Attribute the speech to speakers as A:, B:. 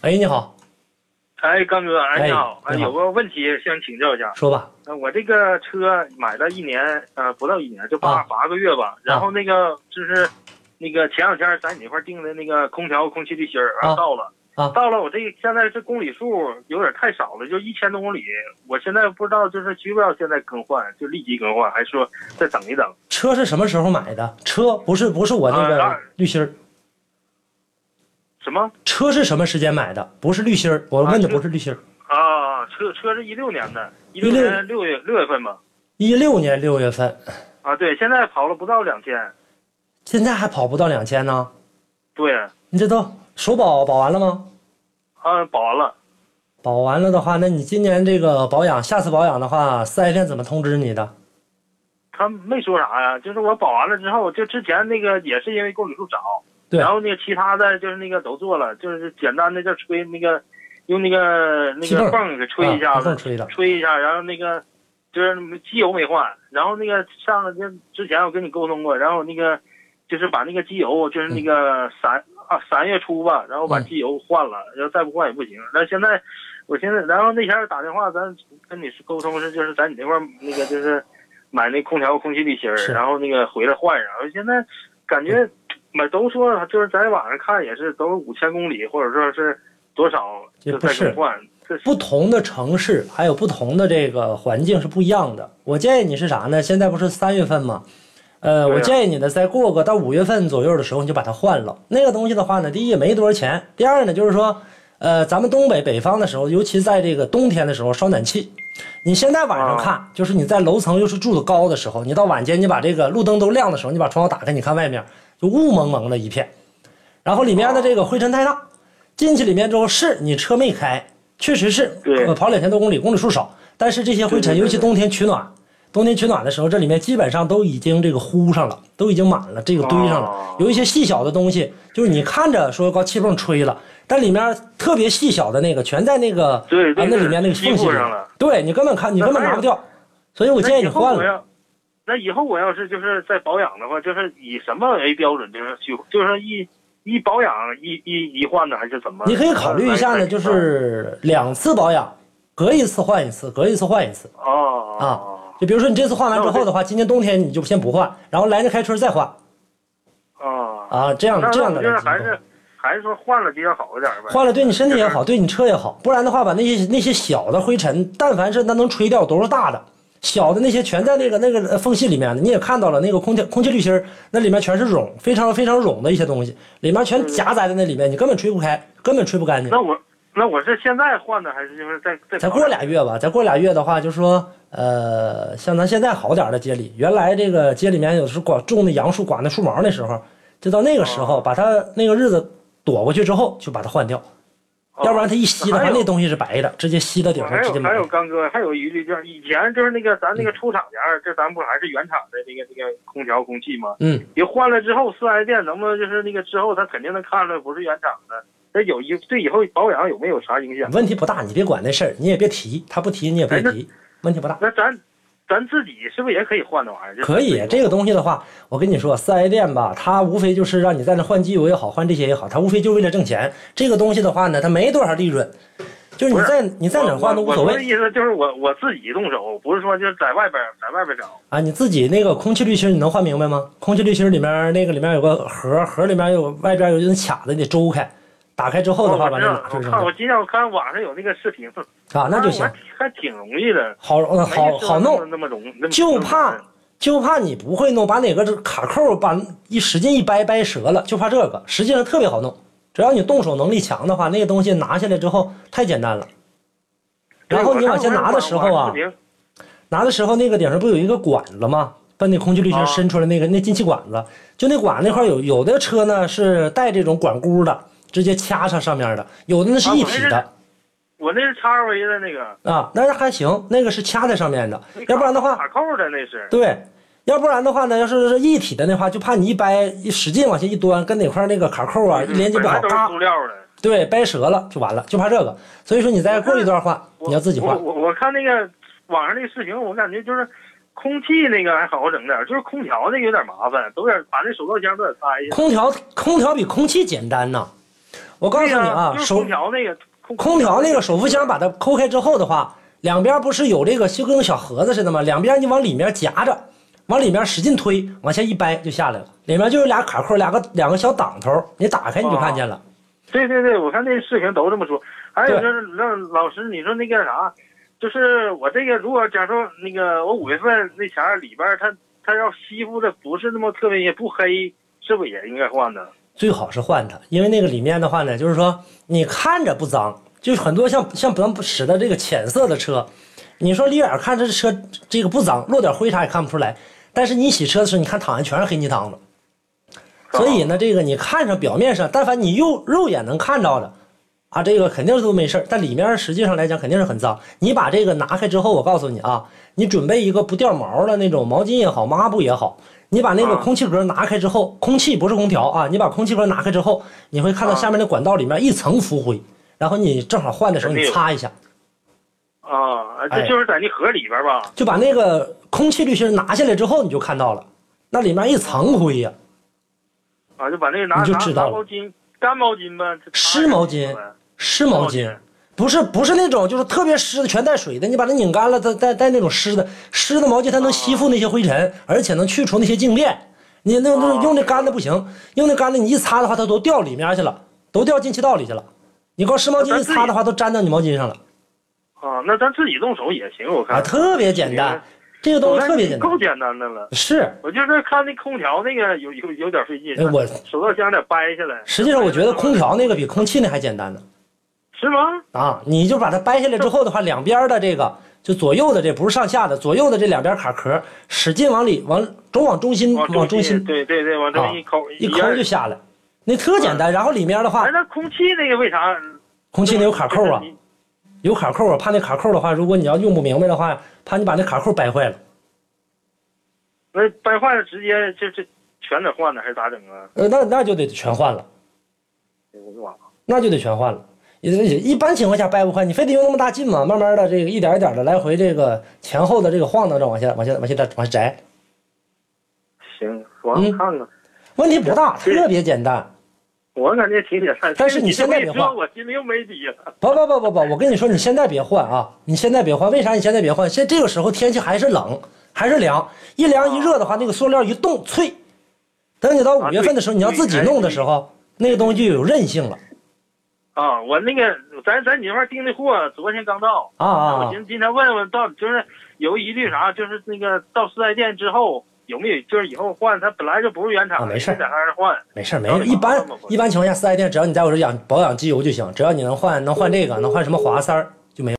A: 哎，你好，
B: 哎，刚哥，哎，你好，
A: 哎
B: 哎，
A: 你好
B: 有个问题想请教一下。
A: 说吧。
B: 呃我这个车买了一年，呃，不到一年，就八
A: 啊
B: 八个月吧。然后那个就是，那个前两天在你那块儿订的那个空调空气滤芯儿
A: 啊
B: 到了，
A: 啊
B: 到了。我这现在这公里数有点太少了，就一千多公里。我现在不知道就是需不需要现在更换，就立即更换，还是说再等一等？
A: 车是什么时候买的？车不是不是我那
B: 啊
A: 个滤芯儿，
B: 什么
A: 车是什么时间买的？不是滤芯儿，我
B: 啊
A: 问的不
B: 车
A: 是滤芯儿。
B: 啊？车车是一六年的，一六
A: 16
B: 年六月六月份吧。
A: 一六年六月份，
B: 啊，对，现在跑了不到两千。
A: 现在还跑不到两千呢。
B: 对，
A: 你这都首保保完了吗？
B: 啊，保完了。
A: 保完了的话，那你今年这个保养，下次保养的话，四 S 店怎么通知你的？
B: 他没说啥呀，就是我保完了之后，就之前那个也是因为公里数少，
A: 对
B: 然后那个其他的就是那个都做了，就是简单的就吹那个，用那个那
A: 气泵
B: 个泵给吹一
A: 啊
B: 下
A: 不
B: 子，
A: 用吹的。
B: 吹一下，然后那个就是机油没换，然后那个上个就之前我跟你沟通过，然后那个就是把那个机油就是那个三、啊三月初吧，然后把
A: 嗯
B: 机油换了，要再不换也不行。那现在我现在，然后那天打电话咱跟你是沟通是就是在你那块儿那个就是买那空调空气滤芯儿，
A: 是
B: 然后那个回来换上，我现在感觉买都说就是在网上看也是都是五千公里或者说是多少
A: 也
B: 就
A: 不
B: 再
A: 是
B: 更换。这是
A: 不同的城市还有不同的这个环境是不一样的。我建议你是啥呢？现在不是三月份吗？呃，
B: 对啊
A: 我建议你呢，再过个到五月份左右的时候，你就把它换了。那个东西的话呢，第一没多少钱，第二呢就是说，呃，咱们东北北方的时候，尤其在这个冬天的时候烧暖气。你现在晚上
B: 啊
A: 看，就是你在楼层又是住的高的时候，你到晚间你把这个路灯都亮的时候，你把窗户打开，你看外面就雾蒙蒙的一片，然后里面
B: 啊
A: 的这个灰尘太大，进去里面之后是你车没开，确实是
B: 对
A: 呃跑两千多公里，公里数少，但是这些灰尘，
B: 对对对
A: 尤其冬天取暖，冬天取暖的时候，这里面基本上都已经这个呼上了，都已经满了，这个堆上了
B: 哦。
A: 有一些细小的东西，就是你看着说高气泵吹了，但里面特别细小的那个全在那个
B: 对对
A: 啊那里面那个
B: 对
A: 缝
B: 衣
A: 隙
B: 服
A: 里
B: 上了，
A: 对你根本看你根本拿不掉，所以我
B: 那
A: 建议
B: 以
A: 你
B: 后
A: 换
B: 我
A: 了。
B: 要那以后我要是就是在保养的话，就是以什么为标准，就是去就是一一保养一一一换呢，还是怎么？
A: 你可以考虑一下
B: 来
A: 呢，就是两次保养，隔一次换一次，隔一次换一次。
B: 哦
A: 啊，就比如说你这次换完之后的话，今年冬天你就先不换，然后来年开春再换
B: 哦啊，
A: 啊，这样
B: 那
A: 这样的
B: 我就是
A: 来进
B: 还
A: 行
B: 是还是说换了比较好一点呗。
A: 换了对你身体也好，对你车也好，不然的话，把那些那些小的灰尘，但凡是它能吹掉，都是大的。小的那些全在那个那个呃缝隙里面的，你也看到了，那个空气空气滤芯儿那里面全是冗，非常非常冗的一些东西，里面
B: 嗯
A: 全夹杂在那里面，你根本吹不开，根本吹不干净。
B: 那我那我是现在换的，还是就是再再
A: 再
B: 保
A: 过
B: 养
A: 俩月吧，再过俩月的话，就说呃，像咱现在好点儿的街里，原来这个街里面有时候管种的杨树、管的树毛那时候，就到那个时候把它那个日子躲过去之后，就把它换掉，
B: 哦
A: 要不然它一吸的
B: 还
A: 话，
B: 有
A: 那东西是白的，直接吸到顶上，
B: 还
A: 直接
B: 有
A: 埋
B: 还。有刚哥，还有一律就是以前就是那个咱
A: 嗯
B: 那个出厂前儿，这咱不还是原厂的那个那个空调空气吗？
A: 嗯，
B: 你换了之后，四 S 店能不能就是那个之后他肯定能看出来不是原厂的，那有一对以后保养有没有啥影响？
A: 问题不大，你别管那事儿，你也别提，他不提你也别
B: 哎那
A: 提，问题不大。
B: 那咱咱自己是不是也可以换那玩意儿？就是
A: 可以，这个东西的话，我跟你说，四 S 店吧，它无非就是让你在那换机油也好，换这些也好，它无非就为了挣钱。这个东西的话呢，它没多少利润，就是你
B: 不是
A: 在你在哪儿换都无所
B: 我我我说的
A: 谓
B: 意思就是我我自己动手，不是说就是在外边在外边找。
A: 啊。你自己那个空气滤芯你能换明白吗？空气滤芯里面那个里面有个盒，盒里面有外边有那卡子，你得周开，打开之后的话
B: 哦我
A: 把
B: 知
A: 那
B: 道
A: 拿出来
B: 我
A: 扔
B: 看
A: 掉
B: 我今天我看网上有那个视频，
A: 啊，那就行
B: 啊，我还挺容易的，
A: 好嗯好好
B: 没说那么
A: 弄，
B: 那么容易，那么
A: 嗯就
B: 那么容
A: 怕
B: 易
A: 就怕你不会弄，把哪个这卡扣把一使劲一掰掰折了，就怕这个。实际上特别好弄，只要你动手能力强的话，那个东西拿下来之后太简单了。然后你往下拿的时候啊，拿的时候那个顶上不有一个管子吗？把那空气滤芯
B: 啊
A: 伸出来那个、那进气管子，就那管那块儿有有的车呢是带这种管箍的，直接掐上上面的，有的那是
B: 啊
A: 一
B: 我那
A: 体
B: 是
A: 的。
B: 我那是叉 R V 的那个，
A: 啊，那还行，那个是掐在上面的，要不然的话，
B: 卡扣的那是。
A: 对，要不然的话呢，要是是一体的那话，就怕你一掰一使劲往下一端，跟哪块儿那个卡扣啊
B: 嗯
A: 一连接不好，
B: 本来都是
A: 嘎，
B: 塑料的。
A: 对，掰折了就完了，就怕这个。所以说你再过一段换，
B: 我
A: 你要自己换
B: 我我我看那个网上那个视频，我感觉就是空气那个还好整点儿，就是空调那个有点麻烦，都有点把那手套箱都得拆一下。
A: 空调，空调比空气简单呐。我告诉你啊，
B: 就是
A: 手
B: 空调那个空
A: 空调那个手扶箱把它抠开之后的话，两边不是有这个就跟个小盒子似的吗？两边你往里面夹着，往里面使劲推，往下一掰就下来了。里面就有俩卡扣，两个两个小挡头，你打开你就
B: 啊
A: 看见了。
B: 对对对，我看那视频都这么说。还有
A: 对
B: 就是，那老师，你说那个啥，就是我这个，如果假如说那个我五月份那前儿里边儿，它它要吸附的不是那么特别也不黑，是不是也应该换呢？
A: 最好是换它，因为那个里面的话呢，就是说你看着不脏，就是很多像像咱们使的这个浅色的车，你说离远看这车这个不脏，落点灰啥也看不出来，但是你洗车的时候，你看躺下全是黑泥汤子。
B: 是吧
A: 所以呢，这个你看上表面上，但凡你肉肉眼能看到的，啊，这个肯定是都没事儿但里面实际上来讲肯定是很脏。你把这个拿开之后，我告诉你啊，你准备一个不掉毛的那种毛巾也好，抹布也好，你把那个
B: 啊
A: 空气格拿开之后，空气不是空调啊，你把空气格拿开之后，你会看到
B: 啊
A: 下面的管道里面一层浮灰，然后你正好换的时候
B: 肯
A: 你
B: 定有
A: 擦一下，
B: 啊，
A: 哎
B: 这就是在那盒里边儿吧？
A: 就把那个空气滤芯拿下来之后，你就看到了，那里面一层灰呀、
B: 啊，就把那个拿
A: 你就
B: 拿
A: 知
B: 拿
A: 道了
B: 毛巾，干毛巾呗，就
A: 湿毛巾
B: 擦
A: 湿毛
B: 湿
A: 巾
B: 毛巾，
A: 不是不是那种就是特别湿的全带水的，你把它拧干了，它带带那种湿的湿的毛巾，它能吸附那些灰尘，而且能去除那些静电。你那那
B: 啊
A: 用那干的不行，用那干的你一擦的话，它都掉里面去了，都掉进气道里去了。你光湿毛巾一擦的话，都粘到你毛巾上了
B: 啊，那咱自己动手也行，我看
A: 啊，特别简单，这个东
B: 我
A: 西
B: 看
A: 特别简单
B: 够。简单的了。
A: 是，
B: 我就是看那空调那个有有有点费劲
A: 哎，我
B: 手套箱有点掰下来。
A: 实际上我觉得空调那个比空气那还简单呢。
B: 是吗？
A: 啊，你就把它掰下来之后的话，两边的这个就左右的这不是上下的，左右的这两边卡壳，使劲往里往总往中心往中心
B: 对对对，往中心
A: 啊
B: 抠
A: 一嗯抠就下来，那特简单。然后里面的话
B: 哎，，那空气那个为啥？
A: 空气里有卡扣啊
B: 就是，你
A: 有卡扣啊，怕那卡扣的话，如果你要用不明白的话，怕你把那卡扣掰坏了。
B: 那掰坏了直接就就全得换呢，还是咋整啊？哎
A: 呃，那那就得全换了，
B: 我就忘了。
A: 那就得全换了。一一般情况下掰不坏，你非得用那么大劲嘛？慢慢的，这个一点一点的来回这个前后的这个晃荡着往下往下往下往下摘，
B: 行，我
A: 嗯
B: 看看，
A: 问题不大，
B: 对
A: 特别简单。
B: 我感觉挺简单。
A: 但是你现在
B: 你
A: 得
B: 这么一
A: 换
B: 说，我心里又没底了。
A: 不不不不不，我跟你说，你现在别换啊！你现在别换，为啥你现在别换？现这个时候天气还是冷，还是凉，一凉一热的话，那个塑料一冻脆。等你到五月份的时候，
B: 啊对
A: 你要自己弄的时候，那个东西就有韧性了
B: 啊，我那个咱咱你那块儿订的货，昨天刚到。
A: 啊啊！
B: 我
A: 啊
B: 寻思今天问问到底就是有疑虑啥，就是那个到四 S 店之后有没有，就是以后换，它本来就不是原厂
A: 啊
B: 的，
A: 没事儿
B: 就在那儿换。
A: 没事儿没事儿，一般一般情况下，四 S 店只要你在我这养保养机油就行，只要你能换能换这个，能换什么华塞儿，